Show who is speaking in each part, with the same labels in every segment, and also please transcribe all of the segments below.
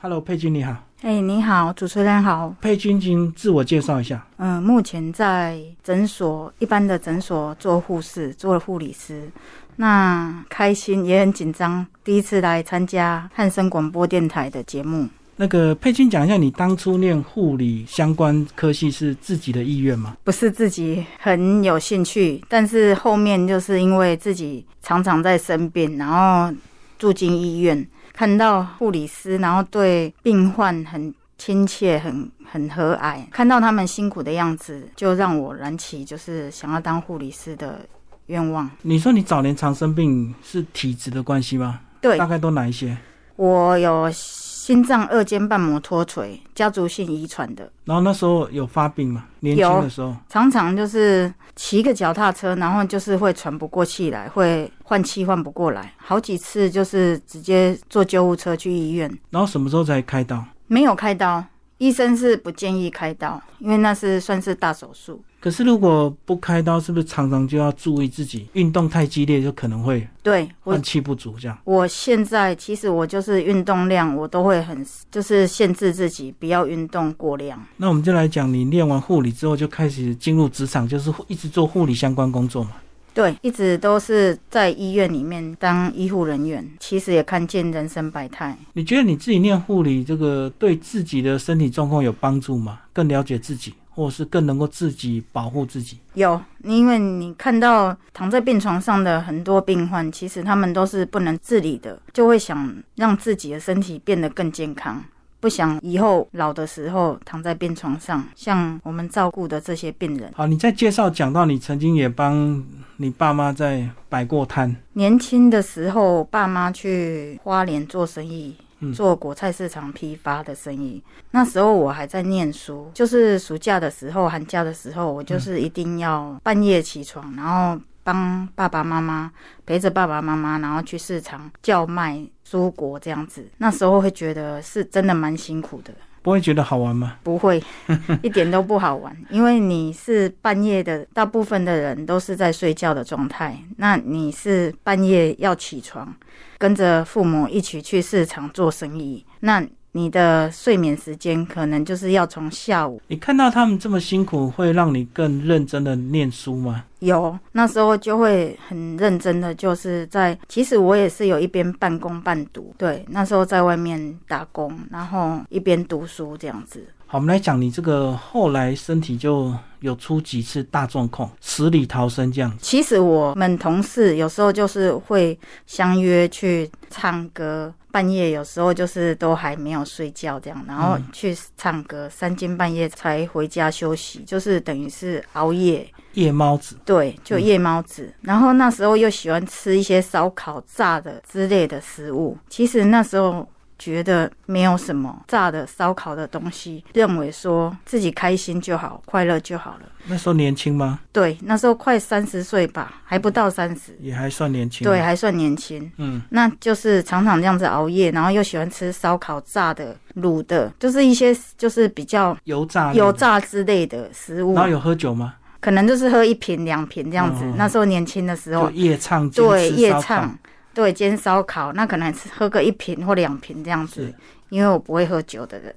Speaker 1: Hello，佩君你好。
Speaker 2: 哎、你好，主持人好。
Speaker 1: 佩君，请自我介绍一下。
Speaker 2: 嗯、目前在诊所一般的诊所做护士，做护理师。那开心也很紧张，第一次来参加汉声广播电台的节目。
Speaker 1: 那个佩君，讲一下你当初念护理相关科系是自己的意愿吗？
Speaker 2: 不是自己很有兴趣，但是后面就是因为自己常常在生病，然后住进医院，看到护理师，然后对病患很亲切，很很和蔼，看到他们辛苦的样子，就让我燃起就是想要当护理师的愿望。
Speaker 1: 你说你早年常生病是体质的关系吗？
Speaker 2: 对
Speaker 1: 大概都哪一些？
Speaker 2: 我有心脏二尖瓣膜脱垂，家族性遗传的。
Speaker 1: 然后那时候有发病吗？年轻的时候，
Speaker 2: 常常就是骑个脚踏车，然后就是会喘不过气来，会换气换不过来，好几次就是直接坐救护车去医院，
Speaker 1: 然后什么时候才开刀？
Speaker 2: 没有开刀，医生是不建议开刀，因为那是算是大手术。
Speaker 1: 可是如果不开刀，是不是常常就要注意自己运动太激烈，就可能会
Speaker 2: 对我
Speaker 1: 换，气不足这样？
Speaker 2: 我现在其实我就是运动量，我都会很就是限制自己不要运动过量。
Speaker 1: 那我们就来讲，你练完护理之后就开始进入职场，就是一直做护理相关工作嘛。
Speaker 2: 对，一直都是在医院里面当医护人员，其实也看见人生百态。
Speaker 1: 你觉得你自己念护理这个对自己的身体状况有帮助吗？更了解自己，或者是更能够自己保护自己？
Speaker 2: 有，因为你看到躺在病床上的很多病患，其实他们都是不能自理的，就会想让自己的身体变得更健康，不想以后老的时候躺在病床上。像我们照顾的这些病人，
Speaker 1: 好，你在介绍讲到你曾经也帮你爸妈在摆过摊，
Speaker 2: 年轻的时候，爸妈去花莲做生意
Speaker 1: 嗯。
Speaker 2: 做果菜市场批发的生意，那时候我还在念书，就是暑假的时候、寒假的时候，我就是一定要半夜起床，然后帮爸爸妈妈陪着爸爸妈妈，然后去市场叫卖蔬果这样子。那时候会觉得是真的蛮辛苦的，
Speaker 1: 不会觉得好玩吗？
Speaker 2: 不会， 一点都不好玩，因为你是半夜的，大部分的人都是在睡觉的状态。那你是半夜要起床，跟着父母一起去市场做生意，那你的睡眠时间可能就是要从下午。
Speaker 1: 你看到他们这么辛苦，会让你更认真的念书吗？
Speaker 2: 有那时候就会很认真的，就是在其实我也是有一边半工半读，对，那时候在外面打工，然后一边读书这样子。
Speaker 1: 好，我们来讲你这个后来身体就有出几次大状况，死里逃生这样子。
Speaker 2: 其实我们同事有时候就是会相约去唱歌，半夜有时候就是都还没有睡觉这样，然后去唱歌，三更半夜才回家休息，就是等于是熬夜，
Speaker 1: 夜猫子，
Speaker 2: 对，就
Speaker 1: 嗯
Speaker 2: 夜猫子。然后那时候又喜欢吃一些烧烤、炸的之类的食物。其实那时候觉得没有什么炸的、烧烤的东西，认为说自己开心就好，快乐就好了。
Speaker 1: 那时候年轻吗？
Speaker 2: 对，那时候快三十岁吧，还不到三十，
Speaker 1: 也还算年轻。
Speaker 2: 对，，啊还算年轻。
Speaker 1: 嗯，
Speaker 2: 那就是常常这样子熬夜，然后又喜欢吃烧烤、炸的、卤的，就是一些就是比较
Speaker 1: 油炸类的
Speaker 2: 油，炸之类的食物
Speaker 1: 然，后有喝酒吗？
Speaker 2: 可能就是喝一瓶、两瓶这样子。
Speaker 1: 哦
Speaker 2: 那时候年轻的时候
Speaker 1: 就，夜唱兼
Speaker 2: 对
Speaker 1: 吃
Speaker 2: 夜
Speaker 1: 烧烤
Speaker 2: 唱，对煎烧烤，那可能是喝个一瓶或两瓶这样子
Speaker 1: 是，
Speaker 2: 因为我不会喝酒的人。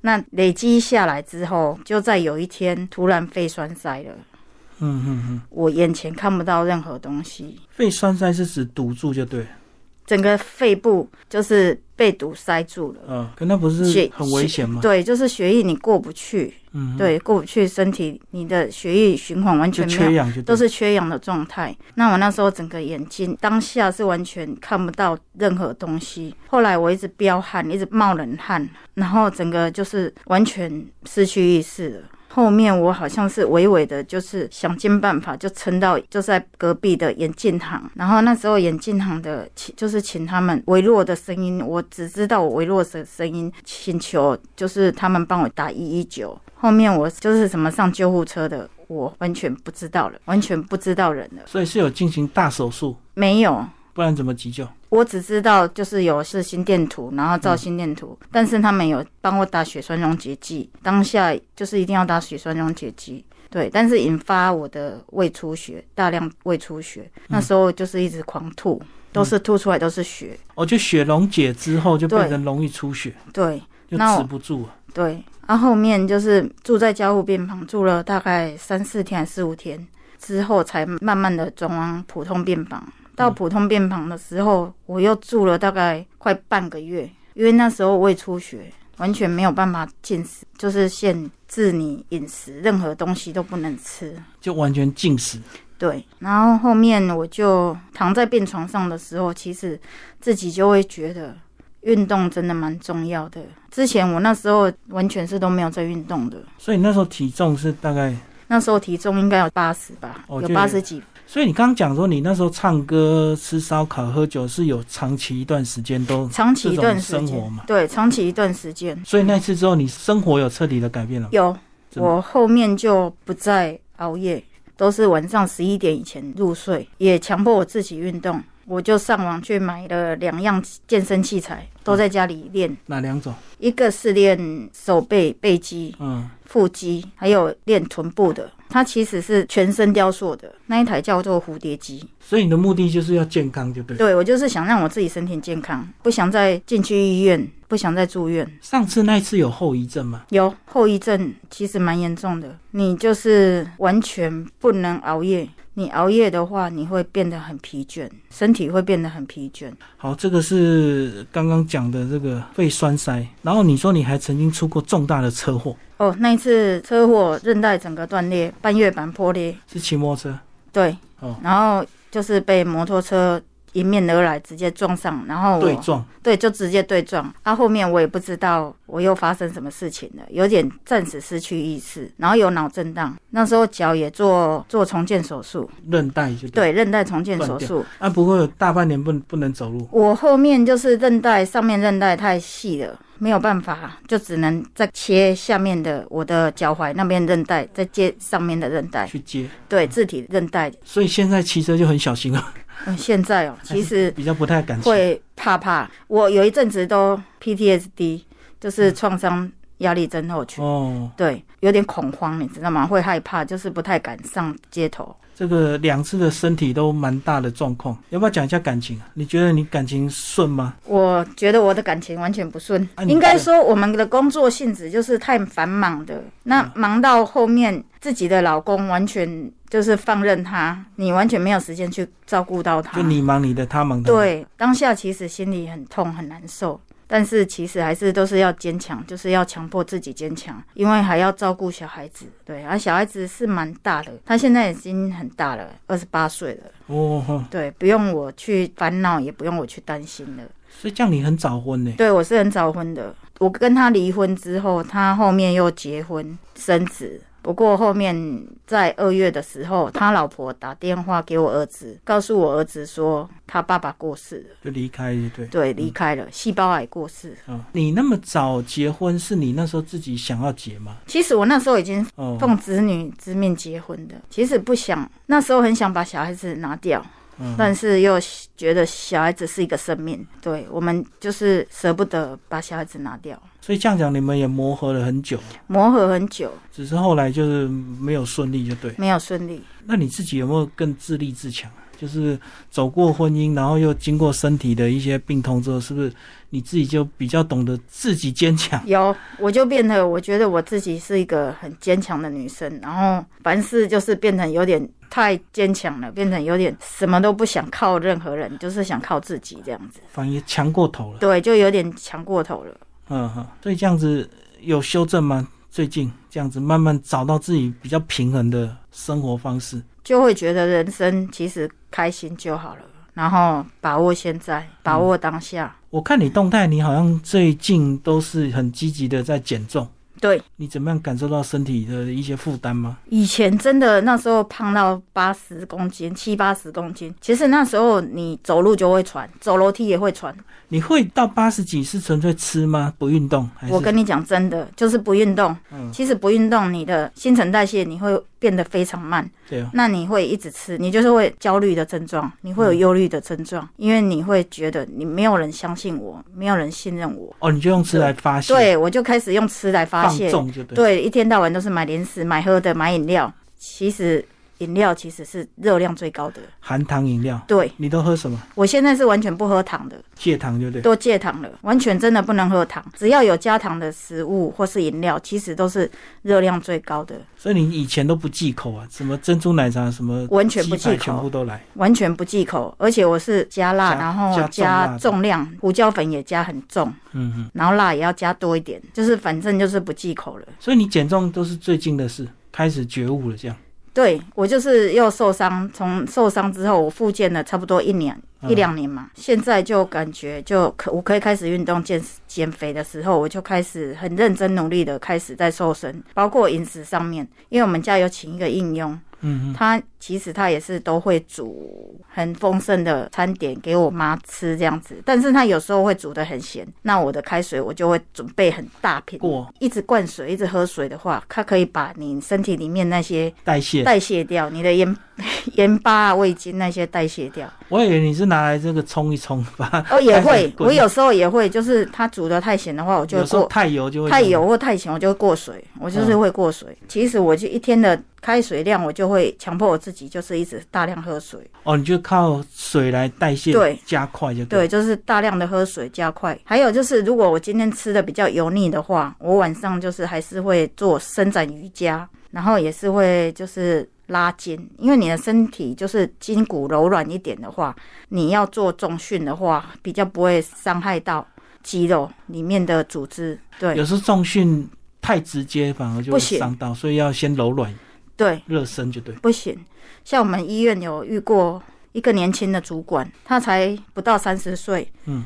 Speaker 2: 那累积下来之后，就在有一天突然肺栓塞了，
Speaker 1: 嗯嗯嗯，
Speaker 2: 我眼前看不到任何东西，
Speaker 1: 肺栓塞是指堵住就对了，
Speaker 2: 整个肺部就是被堵塞住了。
Speaker 1: 嗯，可那不是
Speaker 2: 血
Speaker 1: 很危险吗？
Speaker 2: 对，就是血液你过不去，
Speaker 1: 嗯，，
Speaker 2: 对，过不去，身体你的血液循环完
Speaker 1: 就
Speaker 2: 全没有
Speaker 1: 缺氧就对
Speaker 2: 都
Speaker 1: 了。
Speaker 2: 是缺氧的状态。那我那时候整个眼睛当下是完全看不到任何东西。后来我一直飙汗，一直冒冷汗，然后整个就是完全失去意识了。后面我好像是微微的，就是想尽办法就撑到，就在隔壁的眼镜行。然后那时候眼镜行的请就是请他们微弱的声音，我只知道我微弱的声音，请求就是他们帮我打一一九。后面我就是什么上救护车的，我完全不知道了，完全不知道人了，
Speaker 1: 所以是有进行大手术，
Speaker 2: 没有。
Speaker 1: 不然怎么急救？
Speaker 2: 我只知道就是有是心电图，然后照心电图，但是他们有帮我打血栓溶解剂，当下就是一定要打血栓溶解剂，对，但是引发我的胃出血，大量胃出血，那时候就是一直狂吐，都是凸出来，都是血。
Speaker 1: 哦，就血溶解之后就变
Speaker 2: 对
Speaker 1: 成容易出血，
Speaker 2: 对
Speaker 1: 就
Speaker 2: 那
Speaker 1: 止
Speaker 2: 我
Speaker 1: 不住啊了。
Speaker 2: 对，然、后面就是住在交护病房，住了大概三四天、四五天之后，才慢慢的转往普通病房。到普通病房的时候，我又住了大概快半个月，因为那时候胃出血，完全没有办法进食，就是限制你饮食，任何东西都不能吃。
Speaker 1: 就完全禁食，
Speaker 2: 对，然后后面我就躺在病床上的时候，其实自己就会觉得运动真的蛮重要的。之前我那时候完全是都没有在运动的，
Speaker 1: 所以你那时候体重是大概，
Speaker 2: 那时候体重应该有八十吧，
Speaker 1: 哦
Speaker 2: 有
Speaker 1: 就
Speaker 2: 八十几。
Speaker 1: 所以你刚刚讲说你那时候唱歌、吃烧烤、喝酒是有长期一段时间都，
Speaker 2: 长期一段时
Speaker 1: 这种生活
Speaker 2: 间
Speaker 1: 嘛，
Speaker 2: 对，长期一段时间
Speaker 1: 所以那次之后你生活有彻底的改变了吗，
Speaker 2: 有，
Speaker 1: 真的
Speaker 2: 我后面就不再熬夜，都是晚上十一点以前入睡，也强迫我自己运动。我就上网去买了两样健身器材，都在家里练。
Speaker 1: 哪两种？
Speaker 2: 一个是练手背背肌、
Speaker 1: 嗯，
Speaker 2: 腹肌，还有练臀部的。它其实是全身雕塑的，那一台叫做蝴蝶机。
Speaker 1: 所以你的目的就是要健康，就对了。
Speaker 2: 对我就是想让我自己身体健康，不想再进去医院，不想再住院。
Speaker 1: 上次那一次有后遗症吗？
Speaker 2: 有后遗症，其实蛮严重的。你就是完全不能熬夜，你熬夜的话，你会变得很疲倦，身体会变得很疲倦。
Speaker 1: 好，这个是刚刚讲的这个肺栓塞，然后你说你还曾经出过重大的车祸，
Speaker 2: 哦，那一次车祸，韧带整个断裂，半月板破裂，
Speaker 1: 是骑摩托车，
Speaker 2: 对，
Speaker 1: 哦
Speaker 2: 然后就是被摩托车迎面而来，直接撞上，然后我
Speaker 1: 对撞，
Speaker 2: 对就直接对撞。啊，后面我也不知道我又发生什么事情了，有点暂时失去意识，然后有脑震荡。那时候脚也做做重建手术，
Speaker 1: 韧带就对。
Speaker 2: 对，韧带重建手
Speaker 1: 断掉
Speaker 2: 术。
Speaker 1: 啊，不过有大半年不不能走路，
Speaker 2: 我后面就是韧带上面韧带太细了，没有办法，就只能再切下面的我的脚踝那边韧带，再接上面的韧带，
Speaker 1: 去接，
Speaker 2: 对，自体韧带。
Speaker 1: 所以现在骑车就很小心了，
Speaker 2: 嗯，现在 哦，其实
Speaker 1: 比较不太敢骑。
Speaker 2: 会怕怕。我有一阵子都 PTSD，就是创伤压力症候群，
Speaker 1: 哦，
Speaker 2: 对，有点恐慌，你知道吗？会害怕，就是不太敢上街头。
Speaker 1: 这个两次的身体都蛮大的状况，要不要讲一下感情啊？你觉得你感情顺吗？
Speaker 2: 我觉得我的感情完全不顺，
Speaker 1: 啊你
Speaker 2: 应该说我们的工作性质就是太繁忙的，
Speaker 1: 嗯
Speaker 2: 那忙到后面自己的老公完全就是放任他，你完全没有时间去照顾到他。
Speaker 1: 就你忙你的，他忙他的。，
Speaker 2: 对，当下其实心里很痛很难受，但是其实还是都是要坚强，就是要强迫自己坚强，因为还要照顾小孩子。对，而、小孩子是蛮大的，他现在已经很大了，二十八岁了。
Speaker 1: 哦，哦
Speaker 2: 对，不用我去烦恼，也不用我去担心了。
Speaker 1: 所以这样你很早婚呢。
Speaker 2: 对我是很早婚的，我跟他离婚之后，他后面又结婚生子。不过后面在二月的时候，他老婆打电话给我儿子，告诉我儿子说他爸爸过世了。
Speaker 1: 就离开就对。
Speaker 2: 对，离开了，细胞癌过世。
Speaker 1: 嗯，你那么早结婚，是你那时候自己想要结吗？
Speaker 2: 其实我那时候已经
Speaker 1: 哦，
Speaker 2: 奉子女之命结婚的，其实不想，那时候很想把小孩子拿掉，
Speaker 1: 嗯
Speaker 2: 但是又觉得小孩子是一个生命，对我们就是舍不得把小孩子拿掉，
Speaker 1: 所以这样讲，你们也磨合了很久，
Speaker 2: 磨合很久，
Speaker 1: 只是后来就是没有顺利，就对。
Speaker 2: 没有顺利。
Speaker 1: 那你自己有没有更自立自强啊？就是走过婚姻，然后又经过身体的一些病痛之后，是不是你自己就比较懂得自己坚强？
Speaker 2: 有，我就变得，我觉得我自己是一个很坚强的女生，然后凡事就是变成有点太坚强了，变成有点什么都不想靠任何人，就是想靠自己这样子，
Speaker 1: 反而强过头了。
Speaker 2: 对，就有点强过头了。
Speaker 1: 嗯哼，所以这样子有修正吗？最近这样子慢慢找到自己比较平衡的生活方式，
Speaker 2: 就会觉得人生其实开心就好了，然后把握现在，把握当下。
Speaker 1: 我看你动态，你好像最近都是很积极的在减重。
Speaker 2: 对，
Speaker 1: 你怎么样感受到身体的一些负担吗？
Speaker 2: 以前真的那时候胖到八十公斤、七八十公斤，其实那时候你走路就会喘，走楼梯也会喘。
Speaker 1: 你会到八十几是纯粹吃吗？不运动？还是
Speaker 2: 我跟你讲真的，就是不运动。
Speaker 1: 嗯
Speaker 2: 其实不运动，你的新陈代谢你会变得非常慢，
Speaker 1: 对哦，
Speaker 2: 那你会一直吃，你就是会焦虑的症状，你会有忧虑的症状，因为你会觉得你没有人相信我，没有人信任我。
Speaker 1: 哦，你就用吃来发泄，
Speaker 2: 对，我就开始用吃来发
Speaker 1: 放
Speaker 2: 泄，
Speaker 1: 纵就对。
Speaker 2: 对，一天到晚都是买零食、买喝的、买饮料。其实饮料其实是热量最高的。
Speaker 1: 含糖饮料，
Speaker 2: 对
Speaker 1: 你都喝什么？
Speaker 2: 我现在是完全不喝糖的，
Speaker 1: 戒糖对不对？
Speaker 2: 都戒糖了，完全真的不能喝糖。只要有加糖的食物或是饮料，其实都是热量最高的，
Speaker 1: 所以你以前都不忌口啊，什么珍珠奶茶，什么
Speaker 2: 完全不
Speaker 1: 鸡排
Speaker 2: 忌
Speaker 1: 全部
Speaker 2: 口，
Speaker 1: 都来。
Speaker 2: 完全不忌口。而且我是加辣，
Speaker 1: 加
Speaker 2: 然
Speaker 1: 加重辣
Speaker 2: 后加
Speaker 1: 的
Speaker 2: 重量，胡椒粉也加很重，
Speaker 1: 嗯嗯，
Speaker 2: 然后辣也要加多一点，就是反正就是不忌口了。
Speaker 1: 所以你减重都是最近的事，开始觉悟了这样。
Speaker 2: 对我就是又受伤，从受伤之后我复健了差不多一年、
Speaker 1: 嗯
Speaker 2: 一两年嘛，现在就感觉就可我可以开始运动健减肥的时候，我就开始很认真努力的开始在瘦身，包括饮食上面，因为我们家有请一个应用，
Speaker 1: 嗯嗯，
Speaker 2: 他其实他也是都会煮很丰盛的餐点给我妈吃这样子，但是他有时候会煮的很咸，那我的开水我就会准备很大瓶，
Speaker 1: 过
Speaker 2: 一直灌水一直喝水的话，它可以把你身体里面那些
Speaker 1: 代谢。
Speaker 2: 代谢掉，你的盐 盐巴、啊、味精那些代谢掉。
Speaker 1: 我以为你是拿来这个冲一冲， 把它
Speaker 2: 哦，也
Speaker 1: 开水
Speaker 2: 会，
Speaker 1: 滚
Speaker 2: 我有时候也会，就是它煮的太咸的话，我就
Speaker 1: 有
Speaker 2: 会
Speaker 1: 时候
Speaker 2: 过
Speaker 1: 太油就会嗯
Speaker 2: 太油或太咸，我就会过水，我就是会过水。其实我就一天的开水量，我就会强迫我自己，就是一直大量喝水。
Speaker 1: 哦，你就靠水来代谢，
Speaker 2: 对
Speaker 1: 加快就对。
Speaker 2: 对，就是大量的喝水加快。还有就是，如果我今天吃的比较油腻的话，我晚上就是还是会做伸展瑜伽，然后也是会就是拉筋，因为你的身体就是筋骨柔软一点的话，你要做重训的话，比较不会伤害到肌肉里面的组织。对
Speaker 1: 有时候重训太直接反而就会
Speaker 2: 不行
Speaker 1: 伤到，所以要先柔软
Speaker 2: 对，
Speaker 1: 热身就对。
Speaker 2: 不行。像我们医院有遇过一个年轻的主管，他才不到三十岁，
Speaker 1: 嗯，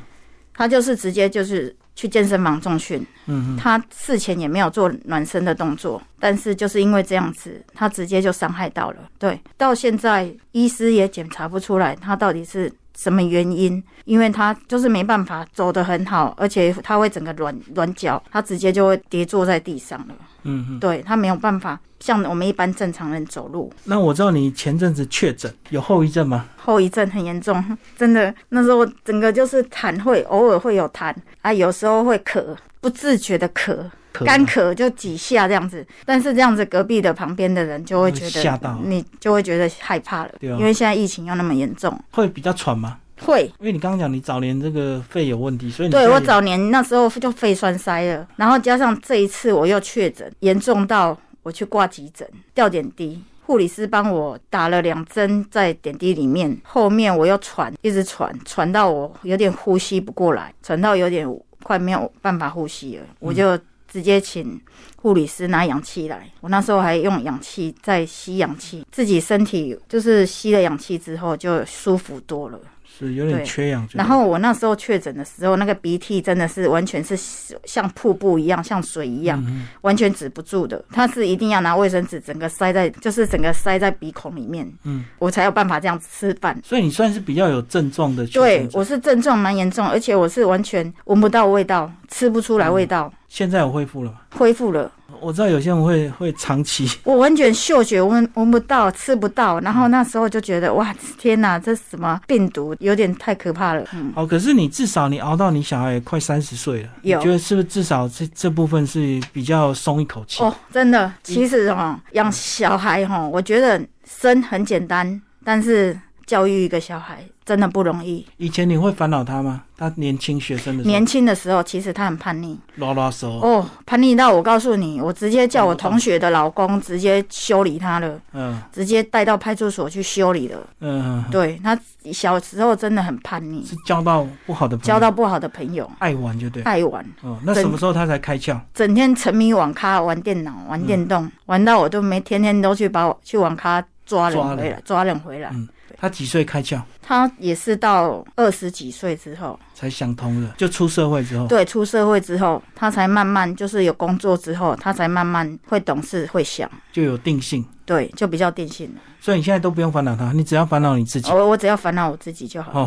Speaker 2: 他就是直接就是去健身房重训，
Speaker 1: 嗯嗯，
Speaker 2: 他事前也没有做暖身的动作，但是就是因为这样子，他直接就伤害到了。对，到现在医师也检查不出来他到底是什么原因，因为他就是没办法走得很好，而且他会整个软软脚，他直接就会跌坐在地上了。
Speaker 1: 嗯嗯。
Speaker 2: 对他没有办法像我们一般正常人走路，
Speaker 1: 那我知道你前阵子确诊有后遗症吗？
Speaker 2: 后遗症很严重，真的那时候整个就是痰会偶尔会有痰啊，有时候会咳，不自觉的咳。
Speaker 1: 可
Speaker 2: 干
Speaker 1: 能
Speaker 2: 咳就几下这样子，但是这样子隔壁的旁边的人就会觉
Speaker 1: 会吓到
Speaker 2: 得你就会觉得害怕了，
Speaker 1: 对啊
Speaker 2: 因为现在疫情又那么严重，
Speaker 1: 会比较喘吗？
Speaker 2: 会。
Speaker 1: 因为你刚刚讲你早年这个肺有问题，所以你
Speaker 2: 对
Speaker 1: 现在
Speaker 2: 我
Speaker 1: 也
Speaker 2: 早年那时候就肺栓塞了，然后加上这一次我又确诊，严重到我去挂急诊，吊点滴。护理师帮我打了两针在点滴里面，后面我又喘，一直喘，喘到我有点呼吸不过来，喘到有点快没有办法呼吸了，
Speaker 1: 嗯
Speaker 2: 我就直接请护理师拿氧气来，我那时候还用氧气在吸氧气，自己身体就是吸了氧气之后就舒服多了。
Speaker 1: 是有点
Speaker 2: 对
Speaker 1: 缺氧，就
Speaker 2: 然后我那时候确诊的时候，那个鼻涕真的是完全是像瀑布一样，像水一样，
Speaker 1: 嗯嗯
Speaker 2: 完全止不住的。他是一定要拿卫生纸整个塞在，就是整个塞在鼻孔里面，
Speaker 1: 嗯，
Speaker 2: 我才有办法这样吃饭。
Speaker 1: 所以你算是比较有症状的确
Speaker 2: 对
Speaker 1: 诊，者。
Speaker 2: 我是症状蛮严重，而且我是完全闻不到味道，吃不出来味道，
Speaker 1: 现在我恢复了嘛？
Speaker 2: 恢复了。
Speaker 1: 我知道有些人会会长期
Speaker 2: 我完全嗅觉闻闻不到，吃不到，然后那时候就觉得哇，天哪，这什么病毒，有点太可怕了。嗯，
Speaker 1: 哦，可是你至少你熬到你小孩也快三十岁了，你
Speaker 2: 有
Speaker 1: 觉得是不是至少这这部分是比较松一口气？
Speaker 2: 哦，真的，其实哦，养小孩哦，我觉得生很简单，但是教育一个小孩真的不容易。
Speaker 1: 以前你会烦恼他吗？他年轻学生的时候
Speaker 2: 年轻的时候，其实他很叛逆
Speaker 1: 啰啰嗦，
Speaker 2: 哦，叛逆到我告诉你，我直接叫我同学的老公直接修理他了，
Speaker 1: 嗯
Speaker 2: 直接带到派出所去修理了。
Speaker 1: 嗯，
Speaker 2: 对他小时候真的很叛逆，
Speaker 1: 是交到不好的朋友，
Speaker 2: 交到啊不好的朋友，
Speaker 1: 爱玩就对。
Speaker 2: 爱玩。
Speaker 1: 哦，那什么时候他才开窍？
Speaker 2: 整天沉迷网咖、玩电脑、玩电动，玩到我都没天天都去把我去网咖抓人
Speaker 1: 抓人
Speaker 2: 回来，抓人回来。
Speaker 1: 嗯他几岁开窍
Speaker 2: 他也是到二十几岁之后，
Speaker 1: 才想通了？就出社会之后，
Speaker 2: 对，出社会之后，他才慢慢就是有工作之后，他才慢慢会懂事会想，
Speaker 1: 就有定性，
Speaker 2: 对，就比较定性了。哦
Speaker 1: 所以你现在都不用烦恼他，你只要烦恼你自己。
Speaker 2: 我我只要烦恼我自己就好。
Speaker 1: 哦，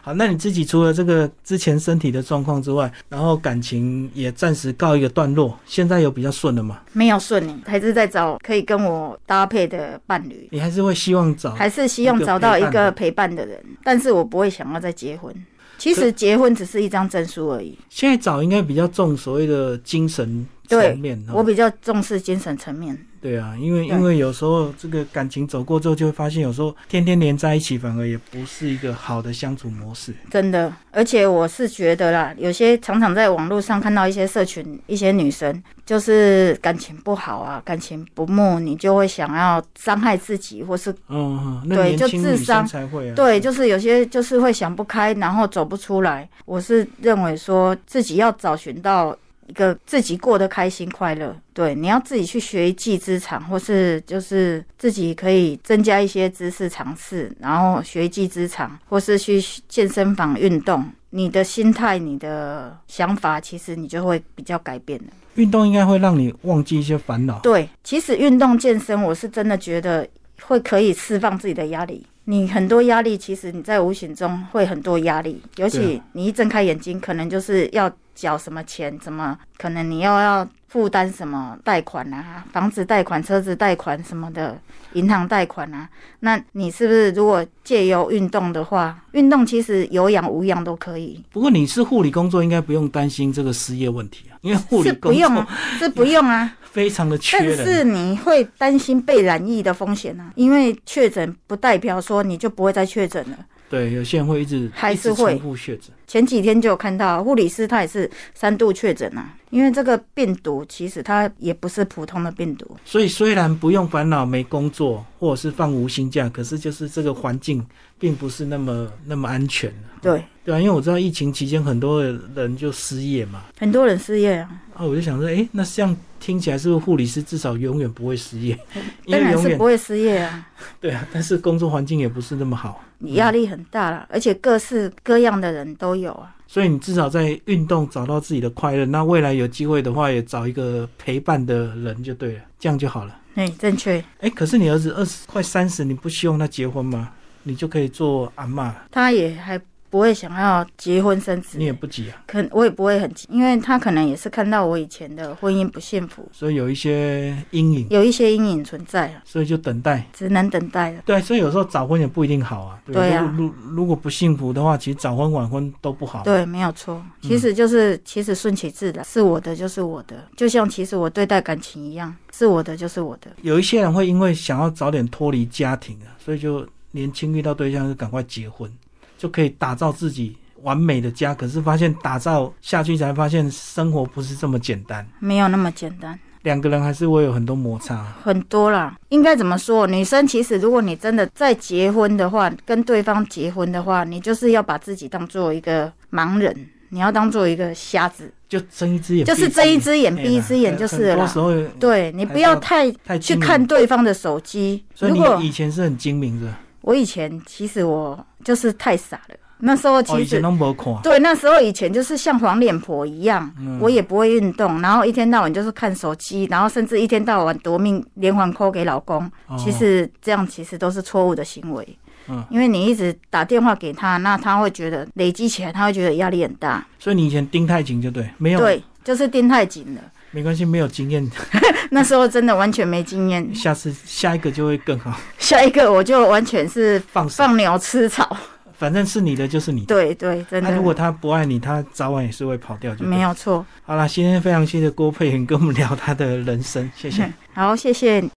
Speaker 1: 好，那你自己除了这个之前身体的状况之外，然后感情也暂时告一个段落，现在有比较顺了嘛？
Speaker 2: 没有顺利，还是在找可以跟我搭配的伴侣，
Speaker 1: 你还是会希望找
Speaker 2: 还是希望找到一个陪伴的人，但是我不会想要再结婚。其实结婚只是一张证书而已，
Speaker 1: 现在找应该比较重所谓的精神层面哦。
Speaker 2: 我比较重视精神层面。
Speaker 1: 对啊，因为
Speaker 2: 对
Speaker 1: 因为有时候这个感情走过之后，就会发现有时候天天连在一起，反而也不是一个好的相处模式。
Speaker 2: 真的，而且我是觉得啦，有些常常在网络上看到一些社群，一些女生就是感情不好啊，感情不睦，你就会想要伤害自己，或是
Speaker 1: 嗯，嗯那
Speaker 2: 对
Speaker 1: 年
Speaker 2: 就
Speaker 1: 轻
Speaker 2: 智
Speaker 1: 女生
Speaker 2: 商
Speaker 1: 才会啊。
Speaker 2: 对，就是有些就是会想不开，然后走不出来。我是认为说自己要找寻到一个自己过得开心快乐，对，你要自己去学一技之长，或是就是自己可以增加一些知识尝试，然后学一技之长，或是去健身房运动。你的心态、你的想法，其实你就会比较改变的。
Speaker 1: 运动应该会让你忘记一些烦恼。
Speaker 2: 对，其实运动健身，我是真的觉得会可以释放自己的压力。你很多压力，其实你在无形中会很多压力，尤
Speaker 1: 对啊
Speaker 2: 其你一睁开眼睛，可能就是要缴什么钱，怎么可能你要要负担什么贷款啊，房子贷款、车子贷款什么的，银行贷款啊。那你是不是如果借由运动的话，运动其实有氧无氧都可以，
Speaker 1: 不过你是护理工作，应该不用担心这个失业问题啊，因为护理
Speaker 2: 是不
Speaker 1: 工
Speaker 2: 用
Speaker 1: 作
Speaker 2: 啊，是不用啊。
Speaker 1: 非常的缺
Speaker 2: 但
Speaker 1: 人。
Speaker 2: 是你会担心被染疫的风险啊，因为确诊不代表说你就不会再确诊了。
Speaker 1: 对，有些人会一直
Speaker 2: 还
Speaker 1: 一直
Speaker 2: 是会
Speaker 1: 重复确诊。
Speaker 2: 前几天就有看到护理师他也是三度确诊啊，因为这个病毒其实它也不是普通的病毒，
Speaker 1: 所以虽然不用烦恼没工作，或者是放无薪假，可是就是这个环境并不是那么那么安全。
Speaker 2: 对，
Speaker 1: 对啊，因为我知道疫情期间很多人就失业嘛，
Speaker 2: 很多人失业啊，
Speaker 1: 啊，我就想说，诶，那这样听起来是不是护理师至少永远不会失业？因
Speaker 2: 当
Speaker 1: 为
Speaker 2: 然
Speaker 1: 永
Speaker 2: 是
Speaker 1: 远
Speaker 2: 不会失业啊，
Speaker 1: 对啊，但是工作环境也不是那么好，
Speaker 2: 你压力很大啦，而且各式各样的人都有啊，
Speaker 1: 所以你至少在运动找到自己的快乐。那未来有机会的话，也找一个陪伴的人就对了，这样就好了。
Speaker 2: 对，正确，
Speaker 1: 诶，可是你儿子二十快三十，你不希望他结婚吗？你就可以做阿嬷，
Speaker 2: 他也还不会想要结婚生子
Speaker 1: 你，也不急啊。
Speaker 2: 可我也不会很急，因为他可能也是看到我以前的婚姻不幸福，
Speaker 1: 所以有一些阴影，
Speaker 2: 有一些阴影存在啊。
Speaker 1: 所以就等待。
Speaker 2: 只能等待了。
Speaker 1: 对，所以有时候早婚也不一定好啊。
Speaker 2: 对啊
Speaker 1: 如如如果不幸福的话，其实早婚晚婚都不好。嗯
Speaker 2: 对，没有错。其实就是，其实顺其自然，是我的就是我的，就像其实我对待感情一样，是我的就是我的。
Speaker 1: 有一些人会因为想要早点脱离家庭啊，所以就年轻遇到对象就赶快结婚，就可以打造自己完美的家。可是发现打造下去才发现生活不是这么简单，
Speaker 2: 没有那么简单，
Speaker 1: 两个人还是会有很多摩擦。
Speaker 2: 很多啦。应该怎么说？女生其实，如果你真的在结婚的话，跟对方结婚的话，你就是要把自己当做一个盲人，你要当做一个瞎子，
Speaker 1: 就睁一只眼，
Speaker 2: 就是睁一只眼
Speaker 1: 哎
Speaker 2: 闭一只眼就是了
Speaker 1: 很多时
Speaker 2: 啦。
Speaker 1: 候
Speaker 2: 对你不要太
Speaker 1: 太精
Speaker 2: 去
Speaker 1: 明
Speaker 2: 看，对方的手机。
Speaker 1: 所以
Speaker 2: 如果
Speaker 1: 你以前是很精明的，
Speaker 2: 我以前其实我就是太傻了，那时候
Speaker 1: 哦，
Speaker 2: 其
Speaker 1: 以
Speaker 2: 实、
Speaker 1: 前都没看。
Speaker 2: 对，那时候以前就是像黄脸婆一样，
Speaker 1: 嗯
Speaker 2: 我也不会运动，然后一天到晚就是看手机，然后甚至一天到晚夺命连环 call 给老公。
Speaker 1: 哦
Speaker 2: 其实这样其实都是错误的行为，
Speaker 1: 嗯
Speaker 2: 因为你一直打电话给他，那他会觉得累积起来，他会觉得压力很大。
Speaker 1: 所以你以前盯太紧就对，没有
Speaker 2: 对，就是盯太紧了，
Speaker 1: 没关系，没有经验，
Speaker 2: 那时候真的完全没经验。
Speaker 1: 下次下一个就会更好，
Speaker 2: 下一个我就完全是
Speaker 1: 放手，
Speaker 2: 放牛吃草。
Speaker 1: 反正是你的就是你的。
Speaker 2: 对对，真
Speaker 1: 那、
Speaker 2: 的。
Speaker 1: 如果他不爱你，他早晚也是会跑掉就对
Speaker 2: 没。有错，
Speaker 1: 好啦，今天非常谢谢郭佩妍跟我们聊他的人生，谢谢。
Speaker 2: 好，谢谢